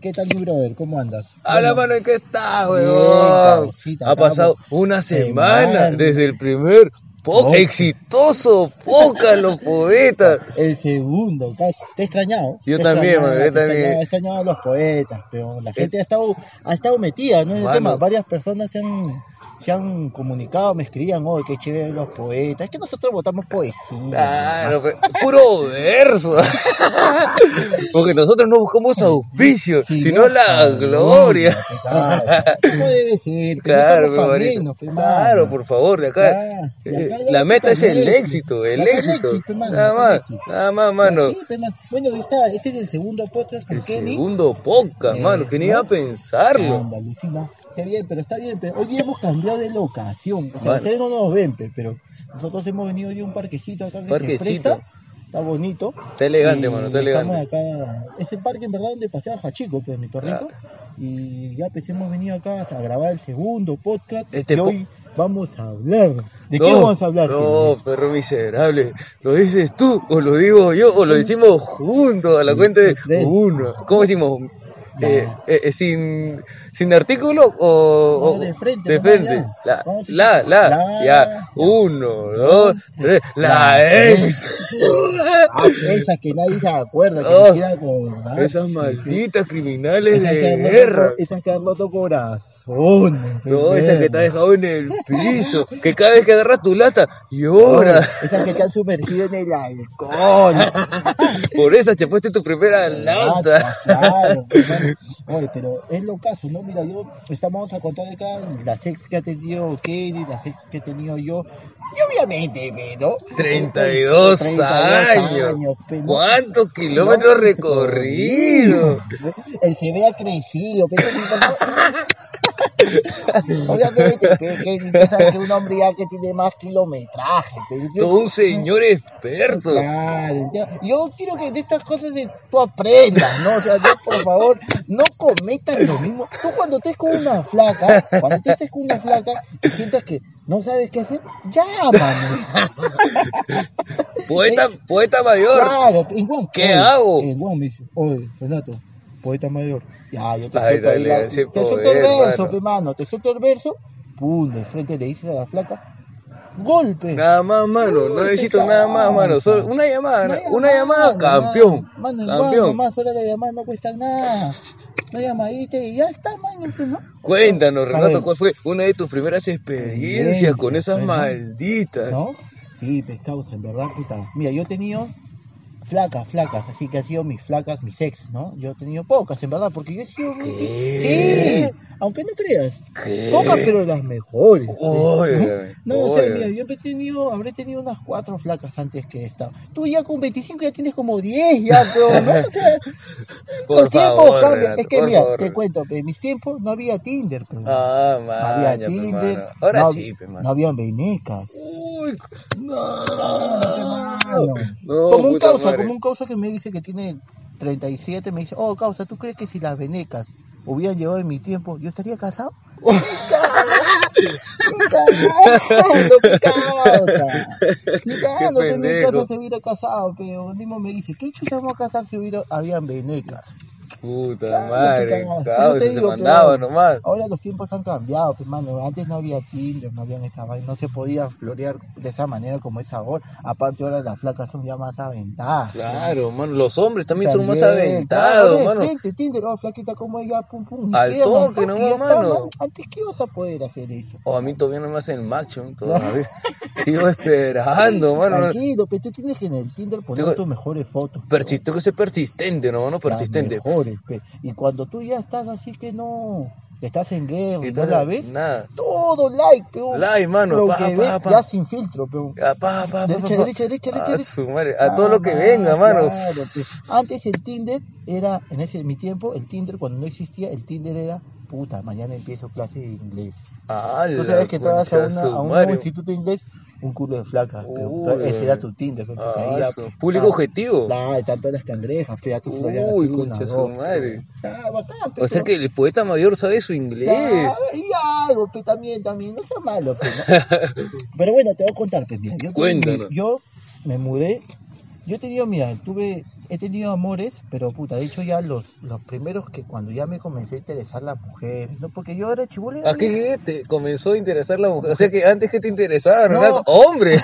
¿Qué tal, mi brother? ¿Cómo andas? A la mano en que estás, Bien, weón. Carlosita, Ha acá, pasado una semana desde el primer po- Poca. exitoso poca los poetas. El segundo, casi. Te he extrañado. Yo Te he también, extrañado, mano, yo te he también. extrañado, Eh. He extrañado a los poetas, pero la gente ha estado, ha estado metida, ¿no? En el Mano. tema. Varias personas se han, se han comunicado, me escribían, oh, qué chévere los poetas. Es que nosotros votamos poesía. Claro, Ah, pe- puro verso. Porque nosotros no buscamos auspicio, sino Ah, la gloria. Claro. Eso debe ser. que Claro, no mi estamos pa' hermanito. menos, pe, mano. Claro, por favor, de acá. Claro, Ah, de acá eh, ya la no meta es toca el el éxito, el éxito. Acá éxito. el éxito, mano, acá Nada el más, éxito. nada más, mano. Sí, pe, mano. Bueno, ahí está, este es el segundo podcast con El Kenny. segundo poca, Eh, mano, que ni ¿no? Ah, iba a pensarlo. Anda, Lucina. Está bien, pero está bien. Pero hoy día hemos cambiado de locación. O sea, Vale. ustedes no nos ven, pe, pero nosotros hemos venido de un parquecito acá. Que se Parquecito. presta, está bonito. Está elegante, Y mano, está estamos elegante. acá. Es el parque, en verdad, donde paseaba Hachico, pues, mi perrito. Y ya pues hemos venido acá a grabar el segundo podcast. Este y po- hoy vamos a hablar. ¿De No, qué vamos a hablar? No, perro miserable. ¿Lo dices tú o lo digo yo o lo decimos juntos a la cuenta de de- uno? ¿Cómo decimos? Eh, eh, eh, sin, sin artículo o, No, o- de frente, de nomás, frente. ya. La, Vamos a- la, la, La- eh, ya uno dos tres la ex Ah, esas que nadie se acuerda, que Oh, ni siquiera acordás. esas malditas criminales Esas que de han roto guerra co- Esas que han roto corazón. No, esa que te ha dejado dejado en el piso, que cada vez que agarras tu lata, llora. Esas que te han sumergido en el alcohol. Ah, Por esa chapaste tu primera lata. Claro, claro. Oye, pero es lo caso, ¿no? Mira, yo estamos a contar acá las ex que ha tenido Kelly, las ex que he tenido yo. Y obviamente, pe, ¿no? 32 años. pe, ¿no? ¿Cuántos kilómetros No, recorridos? El CV ha crecido, pero obviamente que, que, tú sabes que un hombre ya que tiene más kilometraje. pero yo- Todo un señor experto. Claro, ya. yo quiero que de estas cosas de- tú aprendas, ¿no? O sea, yo, por favor, no cometas lo mismo. Tú cuando estés con una flaca, cuando tú estés con una flaca y sientas que no sabes qué hacer, llámame. Poeta, poeta mayor. Claro, en Juan. ¿Qué Oye, hago? En Juan me dice, oye, Renato, poeta mayor. Ya, yo te Ay, suelto, ahí dale, la- ese te suelto poder, el verso, mano. pe, mano, te suelto el verso, pum, de frente le dices a la flaca, golpe. Nada más, mano. No necesito nada más, mano. Solo una llamada, una llamada, mano, campeón. Mano, Campeón. más horas de llamada no cuesta nada. Una llamadita y ya está, mano. pues, ¿no? Cuéntanos, A ver. Renato, ¿cuál fue una de tus primeras experiencias con esas Experiencias, malditas? ¿No? Sí, pescados, en verdad, puta. Mira, yo he tenido flacas, flacas, así que han sido mis flacas, mis ex, ¿no? Yo he tenido pocas, en verdad, porque yo he sido... muy- ¿Qué? Sí, aunque no creas. ¿Qué? Pocas, pero las mejores. Óyeme, No, o sea, óyeme. mira, yo he tenido, habré tenido unas cuatro flacas antes que esta. Tú ya con 25 ya tienes como 10 ya, pero no, O sea, Por los tiempos favor, cambian. Renato, Es que por mira, favor, te Renato. cuento, en mis tiempos no había Tinder, pero Ah, no había maña, pe, Tinder, mano. Ahora no, sí, pe, no mano. habían venecas. Uy, Ah, no. no. No, como un puta causa, madre. como un causa que me dice que tiene 37, me dice, oh, causa, ¿tú crees que si las venecas hubieran llegado en mi tiempo, yo estaría casado? ¡Ni cagando, qué causa! ¡Ni cagando que en mi pendejo. caso se hubiera casado! Pero mismo me dice, ¿qué chucha vamos a casar si hubiera, habían venecas? Puta Claro, madre. puta madre. Yo Cabrón, te se digo, mandaba pero- nomás. Ahora los tiempos han cambiado, pues, mano. Antes no había Tinder, no habían esa vaina, no se podía florear de esa manera como es ahora. Aparte, ahora las flacas son ya más aventadas. Claro, mano. Los hombres también son más También, aventados, claro, de mano. frente, Tinder, oh, flaquita como ella, pum, pum. Al izquierda, toque pum, y nomás, ya está, mano. Antes, ¿qué vas a poder hacer eso? O a mí todavía no me hacen el macho todavía. Sigo esperando, mano. Tranquilo, pero tú tienes que en el Tinder poner Digo, tus mejores fotos. Persi- Tengo que ser persistente, no, mano, pero, persistente. las mejores, pe. Y cuando tú ya estás así que no, estás en guerra, y no Entonces, la ves, Nada. todo like, peón. Like, mano, Lo pa, que pa, ves, pa. ya sin filtro, peón. Ah, pa, pa, pa, Derecha, pa, pa. derecha, derecha, Ah, derecha, derecha. su madre, A todo lo que Ah, venga, mano. claro, pues. Antes el Tinder era, en ese mi tiempo, el Tinder cuando no existía, el Tinder era, puta, mañana empiezo clase de inglés. Ah, Tú sabes que entrabas a, una, concha su a un nuevo madre. instituto de inglés, un culo de flacas, pero Uy. entonces ese era tu Tinder, pues, porque ahí Ah, ya, su- Público ah, objetivo. Claro, están todas las cangrejas, pero ya tú floreabas Uy, una, concha su dos, madre. Ah, bacán, O sea pero- que el poeta mayor sabe su inglés. Claro, y algo, pues también, también, no sea malo, pues, ¿no? Pero bueno, te voy a contar, pues mira, yo, tuve- Cuéntanos. yo me mudé, yo tenía, mira, tuve he tenido amores, pero puta, de hecho ya los, los primeros que cuando ya me comencé a interesar las mujeres, ¿no? Porque yo era chibolo. ¿A qué, qué te comenzó a interesar la mujer? O sea que antes que te interesaba, Renato. ¡Hombre!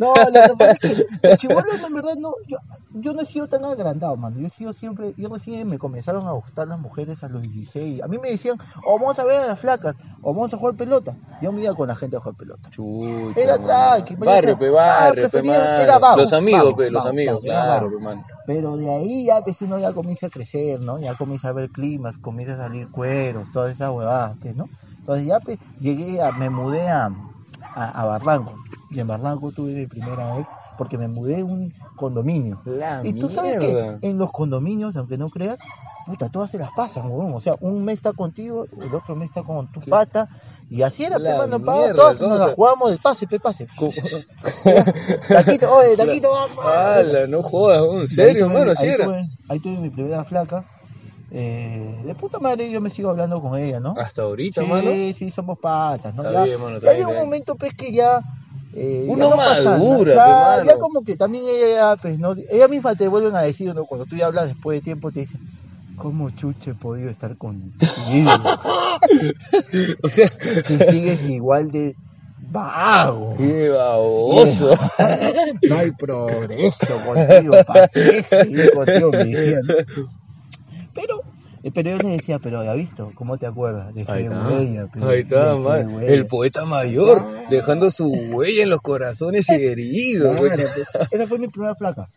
No, la verdad es que el chibolo, en verdad, no. Yo, yo no he sido tan agrandado, mano. Yo he sido siempre. Yo recién me comenzaron a gustar las mujeres a los 16. A mí me decían, o vamos a ver a las flacas, o vamos a jugar pelota. Yo me iba con la gente a jugar pelota. Chucha. Era mano. tranqui, pero Barrio, era- pe, barrio, ah, pe, prefería- mano. era vago, Los amigos, vago, pe, los vago, amigos, claro, era claro, vago. pe, mano. Pero de ahí ya, pues uno ya comienza a crecer, ¿no? Ya comienza a ver climas, comienza a salir cueros, todas esas huevadas, pues, ¿no? Entonces ya, pues, llegué, a, me mudé a, a, a Barranco. Y en Barranco tuve mi primera ex, porque me mudé a un condominio. La Y tú sabes que en los condominios, aunque no creas, puta, todas se las pasan, weón. O sea, un mes está contigo, el otro mes está con tu Sí. pata. Y así era, La pe, mano, pa, mierda, todas ¿cómo nos se- la jugábamos de pase, pe, pase. Taquito, oye, taquito, vamos. ¡Hala, no jodas, weón! ¿En De ahí serio, tuve- mano? ¿Así ahí era? tuve- ahí tuve mi primera flaca. Eh, de puta madre yo me sigo hablando con ella, ¿no? Hasta ahorita, sí, mano. sí, somos patas, ¿no? Ah, Está Ya- bien, mano, ya está bien, llega un está bien. momento, pues, que ya... eh, ya Uno no pasa nada. madura, Ya- pe, mano. ya como que también ella, pues, ¿no? Ella misma te vuelven a decir, ¿no? Cuando tú ya hablas después de tiempo, te dicen, ¿cómo chuche he podido estar contigo? O sea, si sigues igual de vago. ¡qué baboso! No hay progreso contigo, pa' qué seguir contigo, me decían. Pero, eh, pero yo les decía, pero ya visto, ¿cómo te acuerdas? Dejé Ahí está, huella, pe, ahí está, dejé man. huella. Ah. el poeta mayor, dejando su huella en los corazones heridos. Claro, güey. pe. Esa fue mi primera flaca.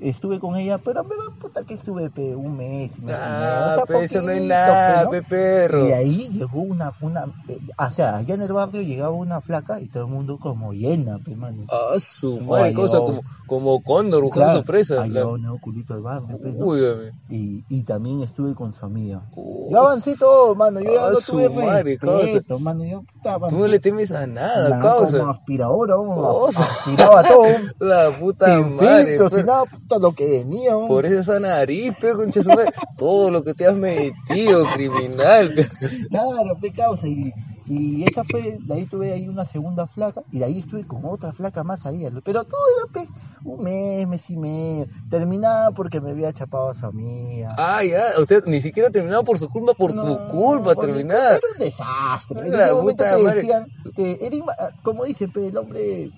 Estuve con ella, pero, pero puta que estuve pe, un mes, mes Ah, y medio. o sea, pe, eso no es poquito, nada, ¿no? pe, perro. Y de ahí llegó una, una, eh, o sea, allá en el barrio llegaba una flaca y todo el mundo como llena, pe, mano. Ah, su madre, Oh, cosa llegó. como, como cóndor buscando Claro, su presa. ahí la- llegaba un nuevo culito del barrio, pe, ¿no? Uy, dame. y, y también estuve con su amiga. Oh, Yo avancé todo, mano. Yo ya Ah, no su tuve madre, respeto, mano. Yo puta, Tú avancé. no le temes a nada, Nada, Como causa. aspiradora, vamos. Cosa. Aspiraba a todo. sin La puta madre. filtro, pe. sin nada, puta, lo que venía. vamos. Por eso esa nariz, pe, concha su madre. Todo lo que te has metido, criminal. pe. Claro, fue causa. Y, y esa fue, de ahí tuve ahí una segunda flaca. Y de ahí estuve con otra flaca más ahí. Pero todo era pues, un mes, mes y medio. Terminaba porque me había chapado a su amiga. Ah, ya, usted ni siquiera terminaba por su culpa, por tu No, culpa por mi terminada. culpa Era un desastre. En La ese momento puta te madre. decían, te- era inma- como dicen, pe, el hombre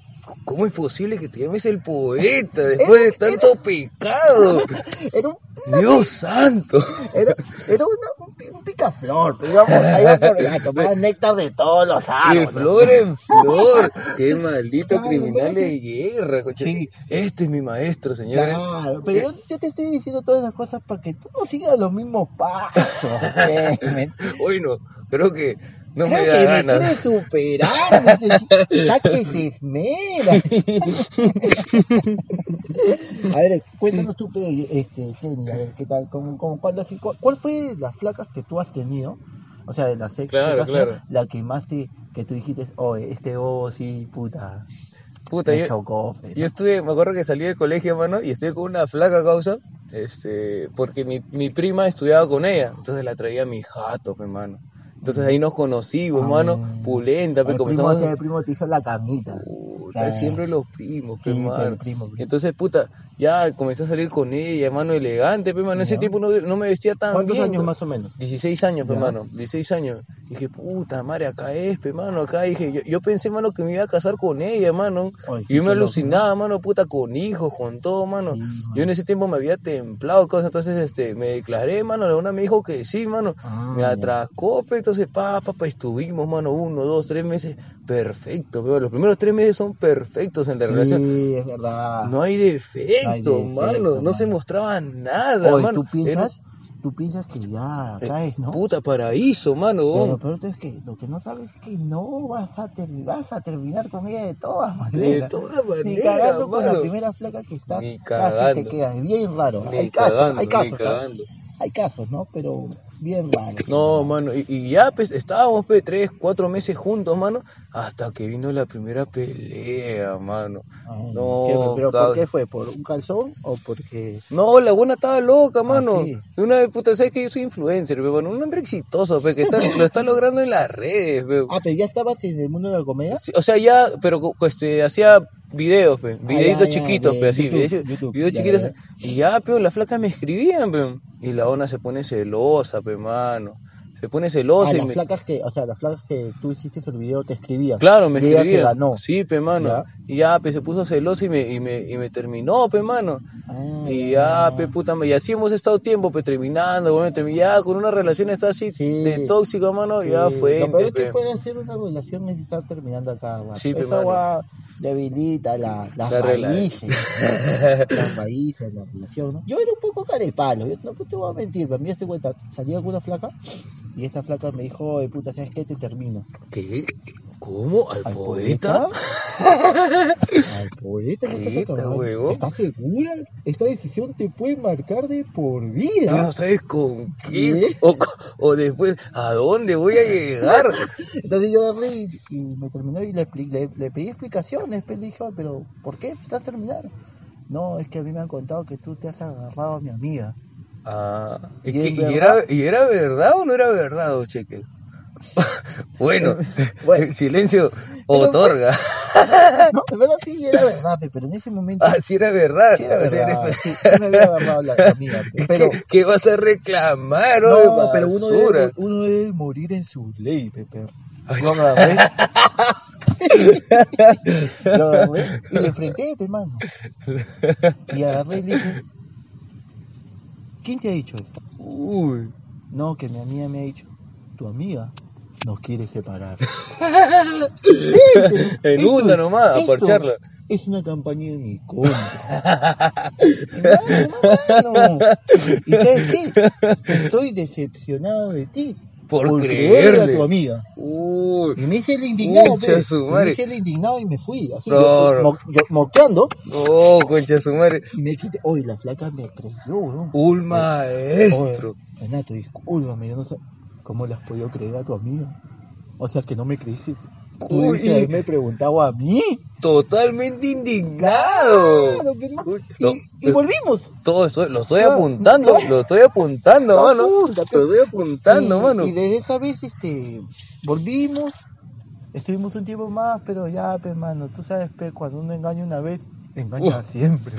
¿Cómo es posible que te llames el poeta después de Era- tanto pecado? era un, Dios santo. era, era una- un, pi- un picaflor, pero íbamos, ahí vamos por la tomaba néctar de todos los De árboles. flor en flor. Qué maldito Claro, criminal pero de guerra, coche. Sí. Este es mi maestro, señores. Claro, pero yo, yo te estoy diciendo todas esas cosas para que tú no sigas los mismos pasos. pe, men. Hoy no, creo que no me Creo da que me ganas. quiere superar. Ya que se esmera. a ver, cuéntanos tú, pe, este, Kenny, a ver, ¿qué tal? ¿Cómo, cómo- cuál, ha sido- cuál- cuál fue de las flacas que tú has tenido? O sea, de las seis que Claro, tú has tenido, claro. la que más te, que tú dijiste, oye, este bobo sí, puta, Puta, me yo, chocó. pe, ¿no? Yo estuve, me acuerdo que salí del colegio, mano, y estuve con una flaca causa, este, porque mi, mi prima estudiaba con ella, entonces la traía a mi jato, mi mano. Entonces ahí nos conocimos, Ah. mano, pulenta, pues el, primo, comenzamos Uh, o sea, el primo te hizo la camita. Puta, Ah. siempre los primos, pe, Sí, pues, mano. pero el primo, primo. Entonces, puta, ya comencé a salir con ella, mano, elegante, pe, mano. En ese Ya. tiempo no, no me vestía tan ¿Cuántos bien, pues. años pe. más o menos? 16 años, Ya. hermano, 16 años. Dije, puta madre, acá es, pe, mano, acá. Dije, yo, yo pensé, mano, que me iba a casar con ella, mano. Ay, y sí, yo me qué loco, alucinaba, mano, puta, con hijos, con todo, mano. Sí, yo en mano. ese tiempo me había templado, cosas. Entonces, este, me declaré, mano, la una me dijo que sí, mano. Ah, me ya. atracó, pe, entonces, pa, pa, pa, estuvimos, mano, uno, dos, tres meses. Perfecto, pe, los primeros tres meses son perfectos en la relación. Sí, es verdad. No hay defecto, defecto, mano. No mano. se mostraba nada, Oye, mano. ¿tú Era- piensas, tú piensas que ya caes, ¿no? Eh, Puta paraíso, mano. Pero lo peor es que lo que no sabes es que no vas a, ter- vas a terminar con ella de todas maneras. De todas Ni maneras, cagando con la mano. primera flaca que estás, Ni casi cagando. te quedas. Bien raro. Ni hay casos, cagando, hay ni casos, ¿ah? cagando. hay casos, ¿no? Pero bien raro. No, mano, y, y ya pues, estábamos pe, tres, cuatro meses juntos, mano, hasta que vino la primera pelea, mano. Ay, No, ¿qué- pero cab- ¿por qué fue? ¿Por un calzón o porque No, la buena estaba loca, mano. Ah, sí. De Una vez, puta, sabes que yo soy influencer, pe, mano, un hombre exitoso, pe, que está- lo está logrando en las redes, pe. Ah, pero ya estabas en el mundo de la comedia. Sí, O sea, ya, pero co- co- este, hacía videos, pe, videitos Ah, ya, chiquitos, de pe, así, YouTube, videos, YouTube, videos ya, chiquitos. ya, Y ya, pe, las flacas me escribían, pe. Y la ona se pone celosa, pe, mano. Se pone celosa Ah, y las me- flacas que, o sea, las flacas que tú hiciste el video te escribían. Claro, me Y ella se escribía. ganó. Sí, pe, mano. Ya. Y ya, pe, se puso celosa y me, y me, y me terminó, pe, mano. Ah, Y ya, pe, puta, madre, y así hemos estado tiempo, pe, terminando, bueno, termi- ya, con una relación está así Sí. de tóxica, mano, ya Sí, fue, Eh, Lo peor pe. que puede ser una relación es estar terminando acá. guau. Sí, pe, Esa mano. guau debilita la, las La rela- raíces. ¿no? las raíces, la relación. ¿no? Yo era un poco carepalo. Yo no te voy a mentir. Para mí, este cuenta, salía con una flaca y esta flaca me dijo, oye, puta, ¿sabes qué? Te termino. ¿Qué? ¿Cómo? ¿Al, ¿Al poeta? Al poeta, ¿no estás Eita, acabando? huevón. ¿Estás segura? Esta decisión te puede marcar de por Tú no vida. sabes con Ah, qué. Sí. O, co- o después, ¿a dónde voy a llegar? Entonces yo agarré y, y me terminó y le, expli- le- le pedí explicaciones. Pero le dije, "Oye, pero ¿por qué estás terminando? No, es que a mí me han contado que tú te has agarrado a mi amiga. Ah, ¿y, ¿Y es qué- y verdad? era, ¿Y era verdad o no era verdad, o cheque? bueno, Bueno. el silencio otorga. No, de verdad sí, era verdad, pe, pero en ese momento Ah, sí era verdad. sí era O sea, verdad. eres- sí, sí me había agarrado la, la amiga. pe, Pero, ¿Qué, qué vas a reclamar, no, oh, pero uno basura? debe, uno debe morir en su ley, pe, pero Ay, Lo agarré. Lo agarré y le enfrenté, pe, mano. Y agarré y le dije, ¿quién te ha dicho esto? Uy. No, que mi amiga me ha dicho, tu amiga nos quiere separar. En una nomás, a parcharla. Es una campaña en mi contra. No, mano. ¿Y sabes qué? Estoy decepcionado de ti. Por creerle a creerle. tu amiga. Uy. Y me hice el indignado. Concha pe. su Y madre. me hice el indignado y me fui. Así No, yo, no. mo- yo moqueando. Oh, concha su madre. Y me quité. Oye, la flaca me creyó, weón. Un maestro. Oye, Renato, discúlpame, yo no sé cómo las podido creer a tu amiga. O sea, que no me creíste. Tú Uy. debiste haberme preguntado a mí. Totalmente indignado. Claro, que no. No, Y, y volvimos. Todo esto, lo estoy Claro, apuntando, claro. lo estoy apuntando, Lo mano. apunta, pe. Lo estoy apuntando, y, mano. y desde esa vez, este, volvimos. Estuvimos un tiempo más, pero ya, pe, mano, tú sabes, pe, cuando uno engaña una vez, engaña siempre.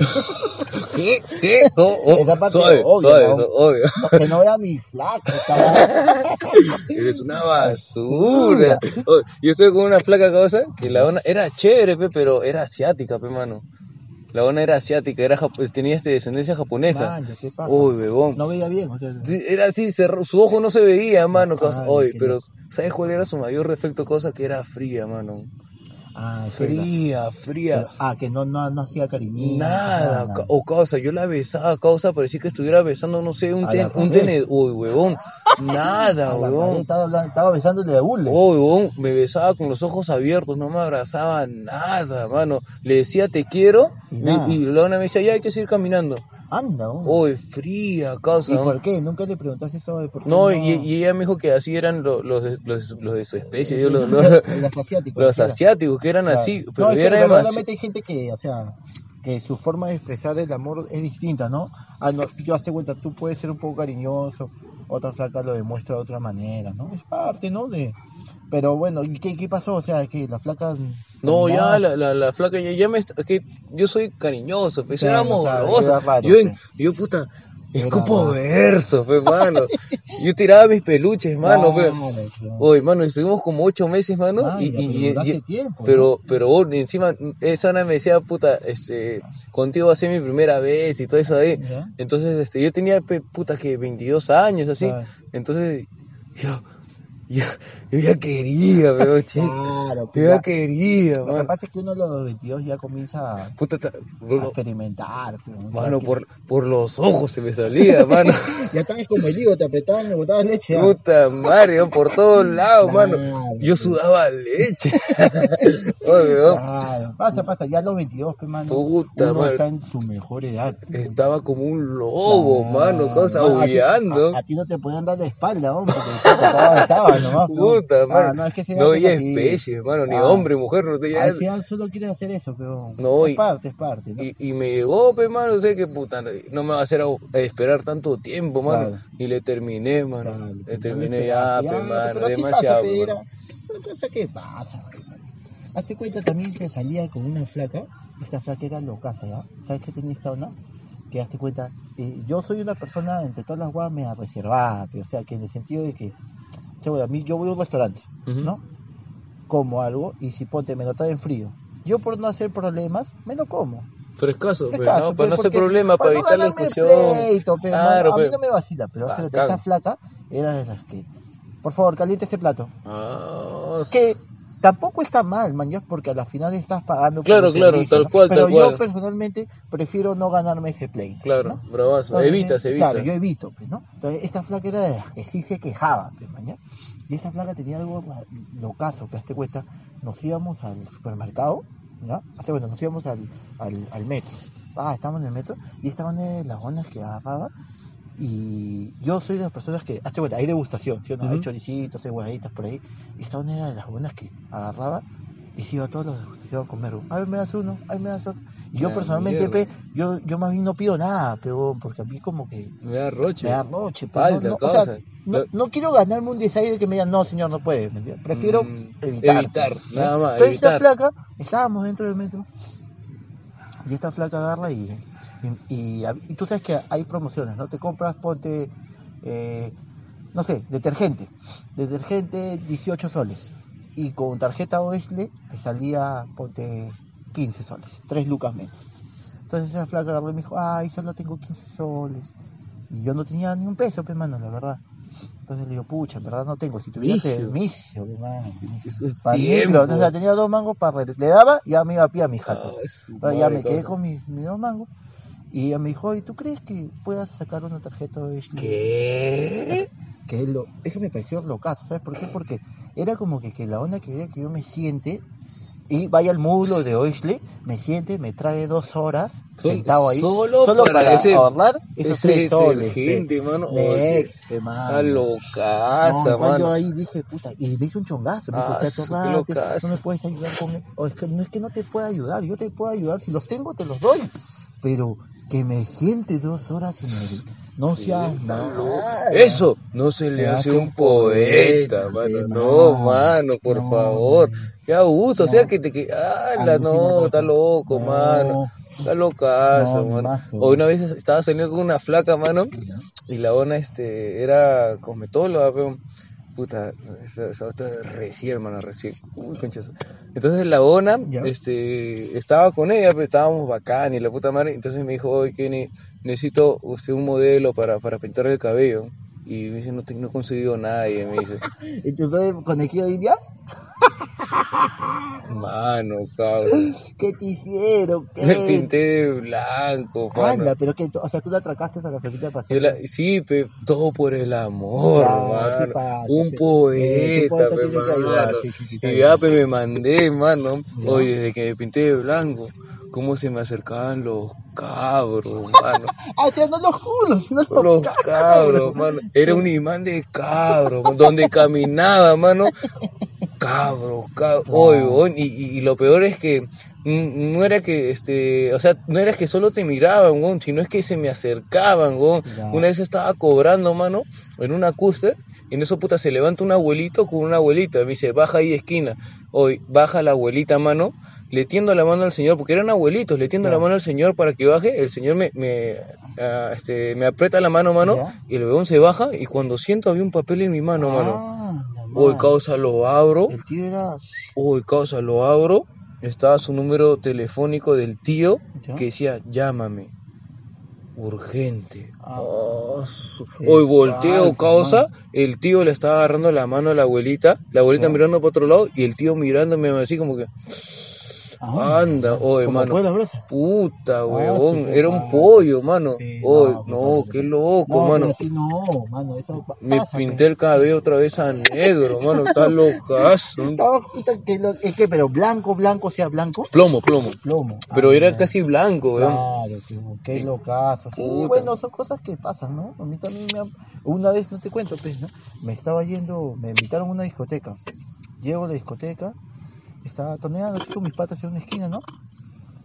¿Qué? ¿Qué? Oh, oh, Esa parte suave, obvia, suave, ¿no? so- obvio. No, que no era mi flaca, cabrón. Eres una basura. Oh, yo estoy con una flaca cosa que la ona era chévere, pe, pero era asiática, pe, mano. La ona era asiática, era jap- tenía este, descendencia japonesa. Manja, ¿qué pasa? Uy, bebón. No veía bien, o sea, Sí, Era así, cerró- su ojo no se veía, mano. cosa- Ay, Oye, qué pero ¿sabes cuál era su mayor defecto? Cosa que era fría, mano. ah, sí, la- Fría, fría. Ah, que no, no, no hacía cariñito. Nada, ca- o causa, yo la besaba, causa, parecía que estuviera besando, no sé, un, A ten, la un pared. tenedor. Uy, huevón, A nada, la pared, huevón. Ah, estaba, hablando- estaba besándole de hule. Oh, huevón, me besaba con los ojos abiertos, no me abrazaba nada, mano. Le decía te quiero Y y, nada. y la una me decía, ya hay que seguir caminando. Anda, uno. Uy, fría, causa. ¿Y por qué? ¿Nunca le preguntaste eso de por qué? No, y, y ella me dijo que así eran lo- los, de- los, los de su especie, yo, los, los, Los asiáticos. los así era. asiáticos que eran Claro. así, No, pero es ella que era verdaderamente demasiado... hay gente que, o sea, que su forma de expresar el amor es distinta, ¿no? Ah, no, yo hazte cuenta, tú puedes ser un poco cariñoso, otra flaca lo demuestra de otra manera, ¿no? Es parte, ¿no? De... Pero bueno, ¿y qué, qué pasó? O sea, que la flaca... No, ya terminaba- la, la, la flaca, ya, ya me... est- que yo soy cariñoso, pues Claro, era claro, amoroso. era raro, yo, en- sí. yo, puta, Era escupo raro. versos, pues, mano. yo tiraba mis peluches, mano, pues. Claro, claro. Oye, mano, estuvimos como ocho meses, mano, y, Vaya, y- pero y- duraste y- tiempo, ¿no? pero, pero oh, encima esa Ana me decía, puta, este, contigo va a ser mi primera vez y todo eso ahí. Ya. Entonces, este, yo tenía, pe, puta, que 22 años, así. Claro. Entonces, yo, yo, yo ya quería, pero, che, Claro, yo ya cuidado. quería, Lo que mano. pasa es que uno a los 22 ya comienza a Puta, ta- a bro, experimentar. pues, ¿no? mano, Ya que- por, por los ojos se me salía, mano. Ya estabas como el higo, te apretaban, le botabas leche. ah. ya. Puta madre, por todos lados, mano. Claro, Yo pues. sudaba leche. Oye, weón. Claro, pasa, pasa, ya a los 22, pe, mano, Puta uno madre. está en su mejor edad. Estaba como un lobo, mano, cosa Claro, a ti- aullando. A, a ti no te podían dar la espalda, hombre, porque te avanzaba nomás. ¿no? Puta, mano. Ah, no, es que ese no gato es había así. especies, mano, ni Ah. hombre, mujer, no te Al final solo quiere hacer eso, pero No, es y- parte, es parte. ¿no? Y, y me llegó, pe, mano, sé que puta, no me va a hacer au- a esperar tanto tiempo, mano. Claro. Y le terminé, mano. Claro, le pues, no terminé le este ya, pegaste, pe, ya, mano, pero así demasiado. pasa, pe, pe, era- mano. Una cosa que pasa, pe, mano. Hazte cuenta también que salía con una flaca esta flaca era locaza, ¿ya? ¿Sabes qué tenía esta onda? Que hazte cuenta, eh, yo soy una persona, entre todas las guas, me reservada, pero, o sea, que en el sentido de que, chévere, a mí yo voy a un restaurante, Ujú. ¿no? Como algo, y si ponte, me lo traen frío. Yo por no hacer problemas, me lo como. Frescaso, Frescaso, pero no, pues, para no hacer porque- problema, para evitar la ganarme discusión. pleito, pe, Claro, mano, a pe. mí no me vacila, pero Ah, fíjate, cago. esta flaca era de las que... Por favor, caliente este plato. Ah, Que tampoco está mal, man, ya, porque a la final estás pagando por Claro, un claro, servicio, tal ¿no? cual, Pero tal yo cual. personalmente prefiero no ganarme ese pleito. Claro, ¿no? bravazo. Entonces, Evitas, evitas. Claro, yo evito, pues, ¿no? Entonces, esta flaca era de las que sí se quejaba, pues, man, ya. Y esta flaca tenía algo ra- locazo, que hazte cuenta, nos íbamos al supermercado, ¿ya? Hazte cuenta, nos íbamos al, al, al metro. Ah, estamos en el metro, y esta una de las ondas que agarraba, y yo soy de las personas que, hazte cuenta, hay degustación, ¿sí o no? Hay Ujú. choricitos, hay huevaditas por ahí, y esta una era de las buenas que agarraba y se iba a todos los degustación a comer, a ver, me das uno, ahí me das otro. Y yo La personalmente, mierda. pe, yo, yo más bien no pido nada, peón, porque a mí como que Me da roche. me da roche, pe, Falta, no, no, o sea, cosa. no, Lo- no quiero ganarme un desaire que me digan, no, señor, no puede. ¿me entiendes? Prefiero Mm, evitar. evitar, pe, ¿sí? nada más, Entonces, evitar. esta flaca, estábamos dentro del metro, y esta flaca agarra y, y, y, y tú sabes que hay promociones, ¿no? Te compras, ponte, eh, no sé, detergente. Detergente 18 soles. Y con tarjeta Oesle te salía, ponte, 15 soles, 3 lucas menos. Entonces esa flaca agarró y me dijo, ay, solo tengo 15 soles. Y yo no tenía ni un peso, pe mano, la verdad. Entonces le digo, pucha, en verdad no tengo. Si tuviera Vicio. micio, pe mano. Eso es Para el tiempo. micro, o sea, tenía dos mangos para regresar. Le daba y ya me iba a pie a mi jato. Ah, su Entonces ya madre, me quedé causa. con mis, mis dos mangos. Y ella me dijo, ¿y tú crees que puedas sacar una tarjeta Oesle? ¿Qué? que es lo, eso me pareció locazo, ¿sabes por qué? Porque era como que, que la onda que era que yo me siente y vaya al módulo de Oisley, me siente, me trae dos horas Sol- sentado ahí, solo para para, ese- ahorrar esos ese tres soles. detergente, pe. mano, Next, pe, Está mano. Ah, No, locaza, igual yo mano. ahí dije, puta, y me hizo un chongazo, me Ah, dijo, chato, su, qué rápido, locazo. no me puedes ayudar con o es que no es que no te pueda ayudar, yo te puedo ayudar, si los tengo te los doy, pero que me siente dos horas en el... No seas nada. Eso no se le Me hace hace un un poeta, poeta, pe, mano. No, mano. mano, por No, favor. mano. Qué gusto, o sea No. que te que. ¡Hala, Alucina, no! loco. Está loco, No. mano. Está locazo, No, ni mano. más, pues. pero- O una vez estaba saliendo con una flaca, mano. Y la ona, este, era cosmetóloga, pero. Puta, esa, esa otra recién, mano, recién. Uy, conchazo. Entonces la ona, Ya. este, estaba con ella, pero estábamos bacán y la puta madre. Entonces me dijo, oye, Kenny, necesito usted un modelo para, para pintar el cabello. Y me dice, no, te- no he conseguido nadie, me dice. Entonces, con el que yo diría, Mano, cabrón. ¿qué te hicieron? ¿Qué? Me pinté de blanco, mano. Anda, pero que, o sea, tú la atracaste a la flaquita pasada. Yo la- sí, pe, todo por el amor, Claro, mano. sí pasa, un pe. Eh, poeta, un poeta pe, tiene que mano. ayudar, sí, sí, sí, está y ya, bien. pe, me mandé, mano. Ya. Oye, desde que me pinté de blanco, cómo se me acercaban los cabros, mano. Ah, o sea, no los culos, sino los Los ca- cabros, mano. Era un imán de cabros. man. Donde caminaba, mano. Cabros, cabros. Oye, Claro. weón, y, y- y lo peor es que mm, no era que, este, o sea, no era que solo te miraban, weón, sino es que se me acercaban, weón. Ya. Una vez estaba cobrando, mano, en una acúster. Y en eso, puta, se levanta un abuelito con una abuelita. Me dice, baja ahí esquina. Hoy, baja la abuelita, mano. Le tiendo la mano al señor, porque eran abuelitos. Le tiendo Ya. la mano al señor para que baje. El señor me, me, ah, este, me aprieta la mano, mano. Ya. Ah, Y el weón se baja. Y cuando siento, había un papel en mi mano, mano. Anda, Hoy, mano. causa, lo abro. El tío era. Uy, causa, lo abro. Estaba su número telefónico del tío Ya. que decía, llámame. Urgente. Ah. Oh, su- Qué Hoy volteo, falta, causa. man. El tío le estaba agarrando la mano a la abuelita. La abuelita Ya. mirando para otro lado y el tío mirándome así como que, Anda, mano. oye, Como mano. puede la brasa. puta, sí, weón. pues, Era un mano. pollo, mano. Sí, Hoy, no, no, pues, qué no. loco, No, mano. pero así no, mano, eso pa- Me pasa, pe. pinté el cabello otra vez a negro, mano. Está locazo. Estaba puta que lo- es que, pero blanco, blanco, o sea, blanco, Plomo, plomo. plomo. Pero Ah, era ya. casi blanco, weón. Claro, que, qué locazo. Sí, Puta. bueno, son cosas que pasan, ¿no? A mí también me han- Una vez, no te cuento, pues, ¿no? Me estaba yendo, me invitaron a una discoteca. Llego a la discoteca, estaba toneando así con mis patas en una esquina, ¿no?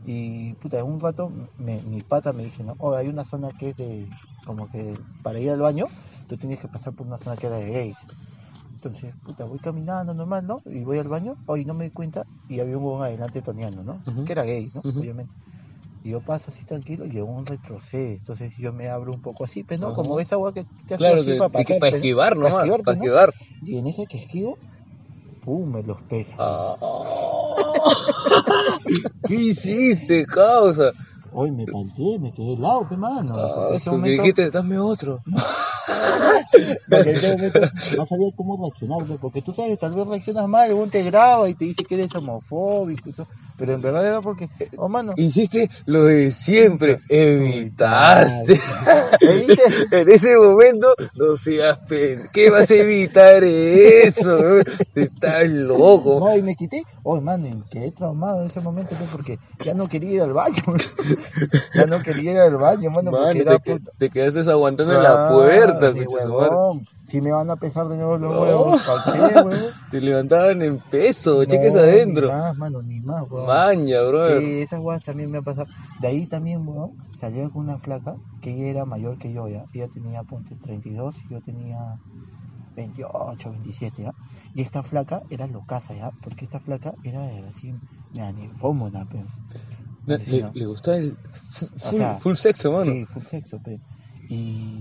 Y, puta, un rato, me, mis patas me dicen, ¿no? Oh, hay una zona que es de... Como que para ir al baño, tú tienes que pasar por una zona que era de gays. Entonces, puta, voy caminando normal, ¿no? Y voy al baño, hoy no me di cuenta, y había un huevón adelante toneando, ¿no? Ujú. Que era gay, ¿no? Ujú. Obviamente. Y yo paso así tranquilo y llegó un retroceso. Entonces yo me abro un poco así, pero no, Ajá. como esa agua que te hace Claro, así que, para que- que pasar, para pues, esquivar para nomás, esquivar, para pues, ¿no? esquivar. Y en ese que esquivo, pum, me los pesa. Ah. ¿Qué hiciste, causa? Hoy me palteé, me quedé helado, pe mano. Ah, porque en ese su- momento, dijiste, dame otro. porque en ese momento no sabía cómo reaccionar, pe, porque tú sabes, tal vez reaccionas mal, algún te graba y te dice que eres homofóbico y todo. Pero en verdad era porque, oh mano, Hiciste lo de siempre, evitaste. Evité. en ese momento, no seas pen... ¿Qué vas a evitar eso? eh? Estás loco. No, y me quité. Oh, mano, y quedé traumado en ese momento, pues, porque ya no quería ir al baño. ya no quería ir al baño, mano, porque Mano, era te, que- puta. te quedaste aguantando en Ah, la puerta, sí, coche su madre. huevón. Si me van a pesar de nuevo los No. huevos, ¿pa' qué, huevón? Te levantaban en peso, cheques No, Ni adentro. más, mano, ni más, huevón. Maña, brother. Sí, esas guas también me ha pasado. De ahí también, weón, salía con una flaca que ella era mayor que yo, ya. Ella tenía, ponte, 32 y yo tenía 28, 27, ya. Y esta flaca era locaza, ya. Porque esta flaca era eh, así, neanifómona, pero. Le, Sí, ¿no? le gustaba el fu- O full, sea, full sexo, mano. Sí, full sexo, pero. Y.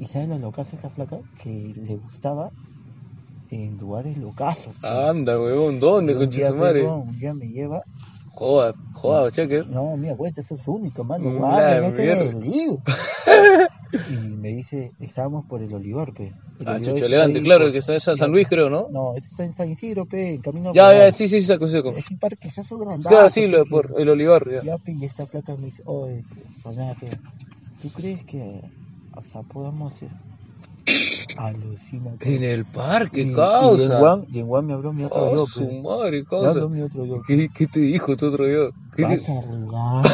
¿Y sabes la locaza esta flaca? Que le gustaba en lugares locazos. pe. Anda, huevón, ¿dónde, Y un concha día, su pe, madre? weón, un día me lleva Joda, joda, cheque. No, mira, güey, eso es único, mano. Mm, Guarda, la métete en mierda. el lío. y me dice, estábamos por el Olivar, pe. El Ah, Olivar chucho, está elegante, ahí claro, por- el que está en San, no, San Luis, creo, ¿no? No, ese está en San Isidro, pe, en camino a Ya, Cobán. ya, sí, sí, sí, saco, saco. Es un parque, eso es grandazo. Claro, sí, pe, lo, que- por el olivar, ya. Ya, pe, y esta placa me dice, oye, Renato, ¿tú crees que hasta podamos ir? Alucina, pe. En el Y- parque, y en causa. Juan, y en Juan me abrió mi otro Oh, yo, su pe. madre, Me causa. abrió mi otro yo. pe. ¿Qué, qué te dijo tu otro yo? ¿Qué te- Vas a rogar.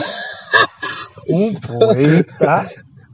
Un poeta.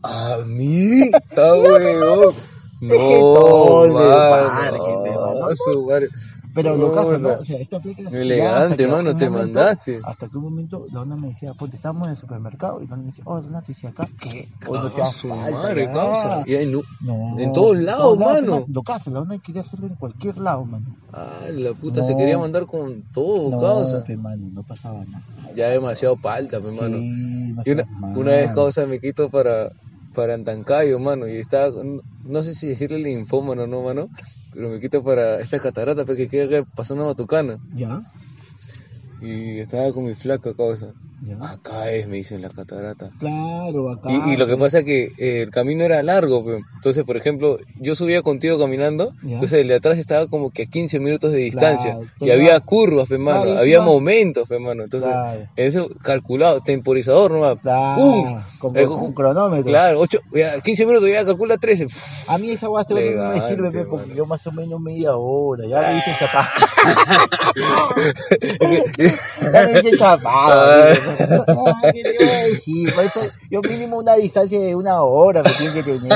¿A mí? Ah, huevón. No, todo del parque, mano. pe, mano. Ah, su madre. Pero No, lo casa, ¿no? no. O sea, esta flaca era Elegante, hasta que mano, un te mandaste. Hasta que un momento la onda me decía, ponte, estábamos en el supermercado y la onda me decía, oh, Donato, y si acá, oh, ¿qué? Hoy no te Ah, hagas su falta, madre, ya". causa. Y ahí no. No, En todos lados, mano. además, Lo casa, la onda quería hacerlo en cualquier lado, mano. Ah, la puta No. se quería mandar con todo, No, Oh, causa. pe, mano, no pasaba nada. Ya demasiado palta, mi mano. Sí, no Y una, seas malo. una vez causa me quito para, para Antancayo, mano, y estaba, con- no sé si decirle linfómano o no, mano, pero me quito para esta catarata porque que queda acá pasando a Matucana. ¿Ya? Y estaba con mi flaca causa. ¿Ya? Acá es, me dicen la catarata. Claro, acá. Y, y lo que pe. pasa es que eh, el camino era largo, pe. entonces, por ejemplo, yo subía contigo caminando, Ya. entonces el de atrás estaba como que a 15 minutos de distancia, Claro, y había tenía- curvas, pe, mano, Claro, y había encima- momentos, pe, mano, entonces, Claro. eso calculado, temporizador nomás, Claro, ¡pum! con- Eh, con cronómetro. Claro, ocho, ya, 15 minutos, ya calcula 13, A mí esa guasta no me Elegante, sirve, pe, porque mano. yo más o menos media hora. Ya me dicen chapado. ya me dicen chapado. Ah. dije, no, ¿Qué te voy a decir? Por eso yo mínimo una distancia de una hora me tiene que tener.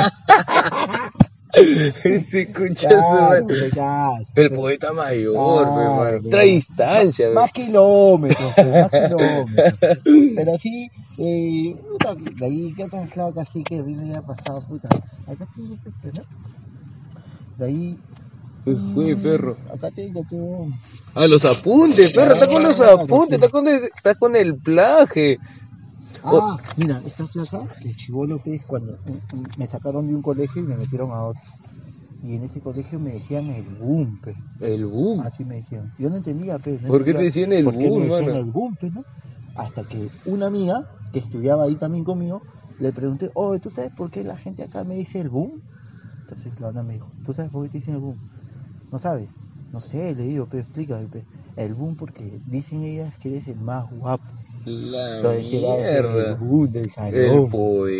ese conchazo, Claro, pues, mano. pe, claro. el poeta mayor, pe, Claro, mano, pe. trae distancia, pe. Más kilómetros, pe, más kilómetros. Pero sí, eh, puta, de ahí que tan claro que así que a mí me había pasado, puta. Acá tengo que esperar. De ahí, Fue, perro. acá tengo que. Ah, los apuntes, perro, está con los Claro, apuntes, sí. está con, el- está con el plaje. Oh. Ah, mira, esta placa, el chivolo que es cuando mm, mm, me sacaron de un colegio y me metieron a otro. Y en ese colegio me decían el boom, pe. El boom. Así me decían. Yo no entendía, pe. no ¿Por qué entendía te decían el por qué me boom, decían mano? el boom, pe, ¿no? Hasta que una amiga que estudiaba ahí también conmigo le pregunté, oh, ¿tú sabes por qué la gente acá me dice el boom? Entonces la onda me dijo, ¿tú sabes por qué te dicen el boom? No sabes. No sé, le digo, pe, explícame, pe. El boom porque dicen ellas que eres el más guapo. La Entonces era el mierda. boom uh, del El salón.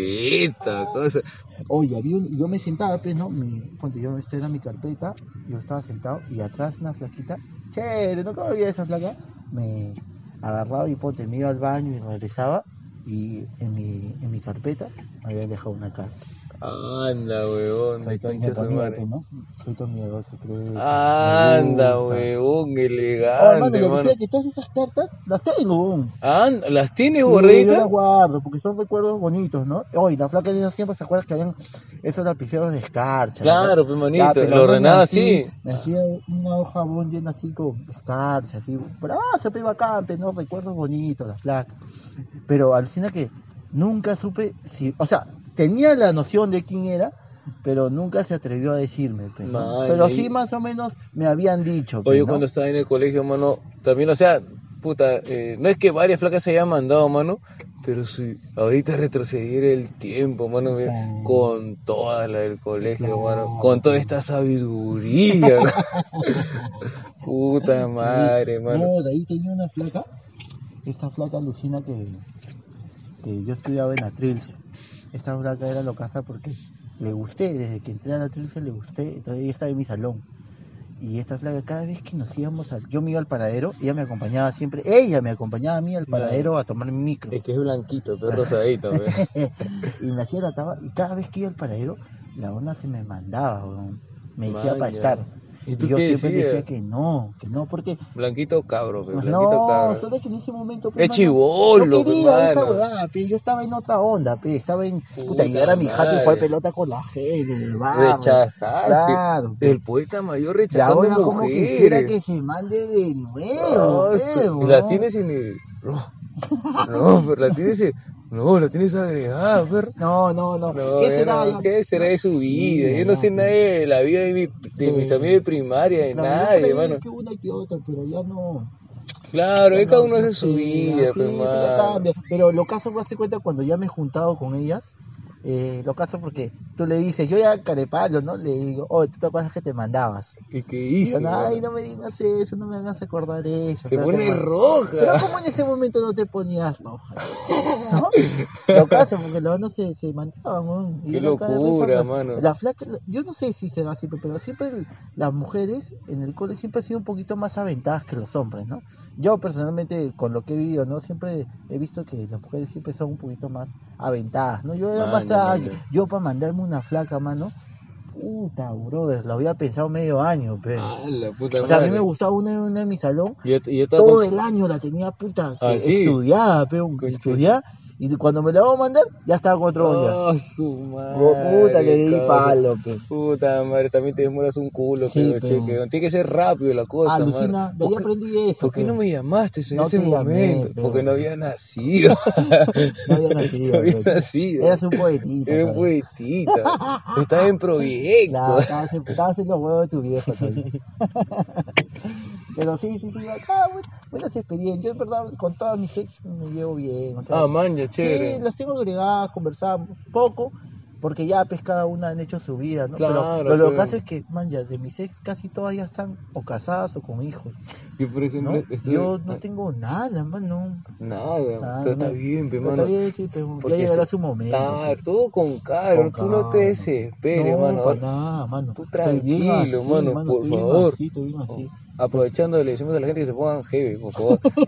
poeta, cosa. Oye, había un- yo me sentaba, pues, ¿no? Mi, ponte, yo, esta era mi carpeta, yo estaba sentado y atrás una flaquita, chévere, no cabía esa flaca, me agarraba y ponte, me iba al baño y regresaba y en mi, en mi carpeta me había dejado una carta. Anda, huevón. Soy todo concha su madre. miedoso, ¿no? Soy todo miedoso, creo. Anda, güey. huevón, Oh, hermano, elegante, lo que mano. sea que todas esas cartas las tengo, weón. Anda, ¿las tienes Yo guardaditas? las guardo porque son recuerdos bonitos, ¿no? Hoy, la flaca de esos tiempos, ¿te acuerdas que habían esos lapiceros de escarcha? Claro, ¿no? pe, manito, Ya, pero lo no, ordenaba me así. hacía- Me hacía una hoja bon llena así con escarcha, así. Brazo, pe bacán, pe, ¿no? Recuerdos bonitos, la flaca. Pero alucina que nunca supe si. O sea, tenía la noción de quién era. Pero nunca se atrevió a decirme. pe, ¿no? Man, Pero ahí- sí, más o menos me habían dicho. pe, Oye, ¿no? cuando estaba en el colegio, mano, también, o sea, puta, eh, no es que varias flacas se hayan mandado, mano, pero si ahorita retrocediera el tiempo, mano, mira, Claro. con toda la del colegio, Claro. mano, con toda esta sabiduría, ¿no? puta madre, mano. No, de ahí tenía una flaca. Esta flaca alucina que, que yo estudiaba en Atrilce. Esta flaca era locaza porque le gusté, desde que entré a la Atrilce le gusté, entonces ella estaba en mi salón. Y esta flaca, cada vez que nos íbamos al. Yo me iba al paradero, ella me acompañaba siempre, ella me acompañaba a mí al paradero a tomar mi micro. Eh, Es que es blanquito, pero es rosadito, pe. y me hacía la taba, y cada vez que iba al paradero, la onda se me mandaba, weón. Me decía Maña. para estar. ¿Y tú yo qué siempre le decías? decía que no, que no, porque Blanquito cabro, pe, blanquito No, cabro. solo que en ese momento. pues, Es mano, chibolo, no quería pe, esa mano. huevada, pe. Yo estaba en otra onda, pe. Estaba en. Puta, Puta llegar a mi jato y jugar madre. pelota con la gente del barrio. Rechazaste. Claro. pe. El poeta mayor Y rechazando ahora, como quisiera mujeres. que se mande de nuevo, Ah, pe, su- y weón. la tienes en el... No, no, pero la tienes en- No, la tienes agregada, per. No, no, no. No, ¿Qué ya será? no, ¿Qué será de su vida? Sí, Yo no ya, sé ya. nada de la vida de, mi- de mis Sí. amigos de primaria, de La verdad, por nadie, ahí hermano. que una que otra, pero ya no. Claro, ahí No, cada uno no hace su sé, vida, así, pe, pues, ya mano. cambia. Pero lo caso fue hace cuenta cuando ya me he juntado con ellas. eh, lo caso porque tú le dices, yo ya carepalo, ¿no? Le digo, oh, ¿tú te acuerdas que te mandabas? ¿Y qué Y hizo? yo, ay, mano? no me digas eso, no me hagas acordar eso. Se pero pone te mand- Pero roja. como en ese momento no te ponías roja, ¿no? Lo caso porque los no se, se mandaban, ¿no? Y Qué era cada vez locura, otra. mano. La flaca, yo no sé si será siempre, pero siempre el- las mujeres en el cole siempre han sido un poquito más aventadas que los hombres, ¿no? Yo personalmente, con lo que he vivido, ¿no? Siempre he visto que las mujeres siempre son un poquito más aventadas, ¿no? Yo era más Maña, tranqui. maña. Yo para mandarme una flaca, mano, puta, brother, lo había pensado medio año, pero... Ah, la puta O sea, a mí me madre. gustaba una, una de mi salón, Yo, yo estaba todo con- el año la tenía puta Ah, que- sí. estudiada, peón, Conche. estudiada, y cuando me la iba a mandar, ya estaba con otro onda. Ah, su madre. puta, le di causa. palo, pe. Puta madre, también te demoras un culo, Sí, pero pero- cheque. Tiene que ser rápido la cosa, Alucina, mano. Ah, de ahí ¿Por qué- aprendí eso. ¿Por qué pe. no me llamaste en No ese te llamé, momento? pero- Porque no había nacido. No había nacido. no había pe. nacido. Eras un poetita. Era un pe. poetita. Estaba en proyecto. Claro, estabas en- estabas en los huevos de tu viejo todavía. Pero sí, sí, sí, acá, bu- buenas experiencias. Yo, en verdad, con todas mis ex me llevo bien. o sea, Ah, man, ya chévere. Sí, las tengo agregadas, conversamos poco, porque ya pues cada una han hecho su vida, ¿no? Claro, Pero lo, pero- que pasa es que, man, ya de mis ex casi todas ya están o casadas o con hijos, Yo, por ¿no? ejemplo, estoy... Yo no tengo nada, man, no. Nada, Nada, todo está no. bien, pe, Pero está mano. bien, sí, pero ya Porque Ah, llegará se- su momento. Claro, pues. todo con caro, Con tú no te calma. desesperes, no, mano. para nada, mano. tú Estoy bien tranquilo, así, mano, por estoy bien favor. así, estoy bien así. Aprovechando, le decimos a la gente que se pongan heavy, por favor. Oh,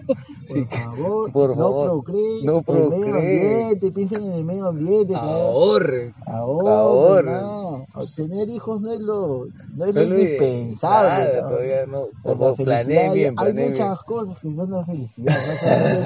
Sí. Por favor, Por no favor, procreen, no el medio procreen. Ah, ambiente, piensen en el medio ambiente, claro. Ahorren. Ahora, Ahora. no, obtener hijos no es lo, no es No lo es lo de- indispensable. nada, ¿no? todavía no. La Por favor, felicidad, planeen bien, hay planeen bien. muchas cosas que son la felicidad, no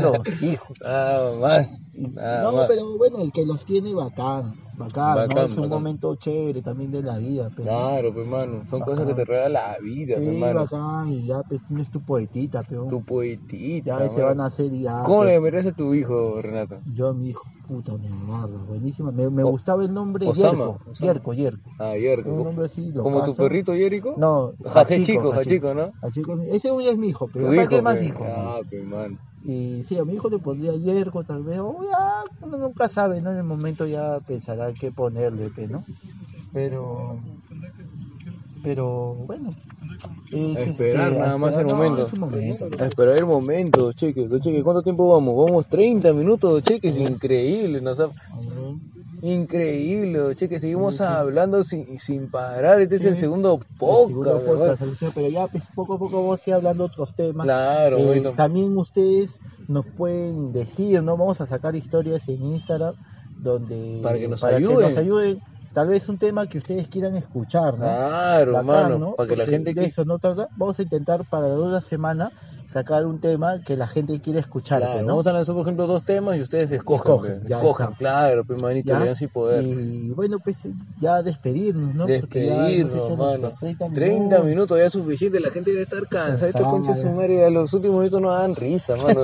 solamente los hijos. Nada Ah, más. Y- Nada no, más. pero bueno, el que los tiene, bacán, bacán, ¿no? Bacán, es un bacán. momento chévere también de la vida. Pero, Claro, pues, mano. Son cosas que te regala la vida, sí, pues, mano. bacán, y ya pues, tienes tu poetita, pero Tu poetita. ya se mano. van a hacer y ya. ¿Cómo pues, le llamarías a tu hijo, Renato? Yo a mi hijo, puta, me agarra, buenísima. Me, me O- gustaba el nombre Osama, Yerko, Osama. Yerko, Yerko. Ah, Yerko. Un nombre así, lo ¿Como tu caso. perrito Yeriko? No, Jachico, Jachico, ¿no? Jachico es mi- ese uno es mi hijo, pero Tu ¿para qué hijo, más pe. hijo? Ah, pues, mano. Y sí, a mi hijo le pondría Yerko tal vez, o ya, uno nunca sabe, ¿no? En el momento ya pensará qué ponerle, pe, ¿no? Pero, pero bueno. es, este, A esperar nada más a el no, momento. es un momento. Ah, A esperar el momento, cheque, don cheque. ¿Cuánto tiempo vamos? Vamos 30 minutos, don cheque. Es increíble, nos ha- Increíble, don cheque. Seguimos hablando sin, sin parar. Este es el Sí. segundo El podcast. segundo weón. podcast, Alicia, pero ya pues, poco a poco vos sí hablando otros temas. Claro, Eh, bueno. También ustedes nos pueden decir, ¿no? Vamos a sacar historias en Instagram donde Para que nos para ayuden. ayuden. tal vez un tema que ustedes quieran escuchar, ¿no? Claro, Bacán, mano, ¿no? para que la Porque gente... de que- eso no trata. Vamos a intentar para la otra semana sacar un tema que la gente quiere escuchar, pues, Claro, ¿no? vamos a lanzar, por ejemplo, dos temas y ustedes escojan. Escogen, pues, ya escojan, está. claro, pues, manito, ¿Ya? le dan sin poder. Y bueno, pues ya despedirnos, ¿no? Porque ya hemos Despedirnos, hecho mano. nuestros 30 minutos. ya es suficiente, la gente debe estar cansada. Estos Cansada, conchas ya. su madre, a los últimos minutos nos dan risa, mano.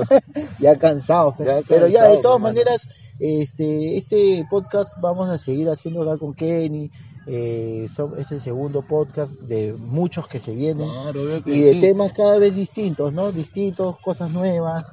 Ya cansados, pe. Ya pero ya cansado, de todas pe, mano. maneras, este este podcast vamos a seguir haciendo acá con Kenny. Eh, so- es el segundo podcast de muchos que se vienen. Ah, y de temas cada vez distintos, ¿no? Distintos, cosas nuevas,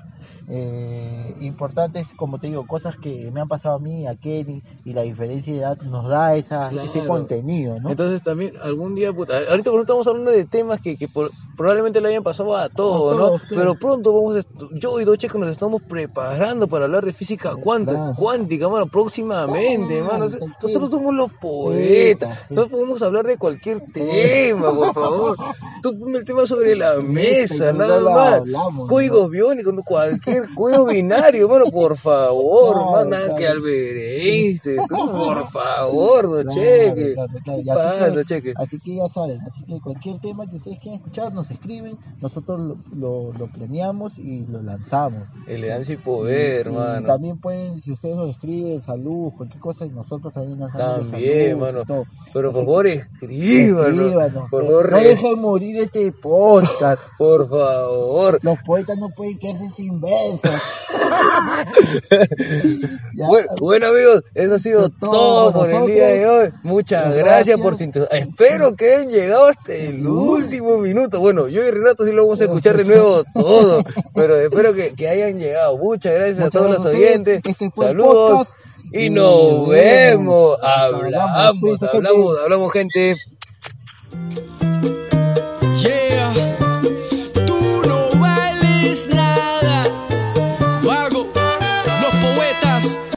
eh, importantes, como te digo, cosas que me han pasado a mí, a Kenny, y la diferencia de edad nos da esa, Claro. ese contenido, ¿no? Entonces también algún día, puta, ahorita por ejemplo, estamos hablando de temas que, que por- probablemente le hayan pasado a todos, A ¿no? todos, claro. Pero pronto vamos a estu- yo y dos chicos nos estamos preparando para hablar de física cuánta- Claro. cuántica, mano, próximamente, Claro, mano. O sea, tranquilo. Nosotros somos los poetas, Sí, sí. no podemos hablar de cualquier tema, por favor. Tú pon el tema sobre la mesa, no nada lo más. hablamos, Códigos biónicos, no, cualquier código binario, mano, por favor, Claro, más nada claro. que alberense, por favor, no Claro, cheque. claro, claro. Y Pasa, Así, que, cheque. así que ya saben, así que cualquier tema que ustedes quieran escuchar, nos escriben, nosotros lo, lo- lo planeamos y lo lanzamos. Y le dan sin poder, Y mano. También pueden, si ustedes nos escriben, salud, cualquier cosa, y nosotros también lanzamos. los saludos También, y mano. todo. Pero por Así favor, Escríbanos, escríbanos. Por eh, favor, no re- dejen morir este podcast. por favor. Los poetas no pueden quedarse sin versos. Ya, Bueno, bueno, amigos, eso ha sido Eso es todo todo, por por el nosotros. día de hoy. Muchas Muchas gracias por gracias. sintonizar. Espero que hayan llegado hasta el último minuto. Bueno, yo y Renato sí lo vamos a escuchar de nuevo todo, pero espero que, que hayan llegado. Muchas gracias Muchas a todos gracias a los ustedes. oyentes. Este fue el Saludos. podcast. Y Y nos nos vemos. vemos. Hablamos. Hablamos, Cuídense, gente. hablamos, hablamos, gente.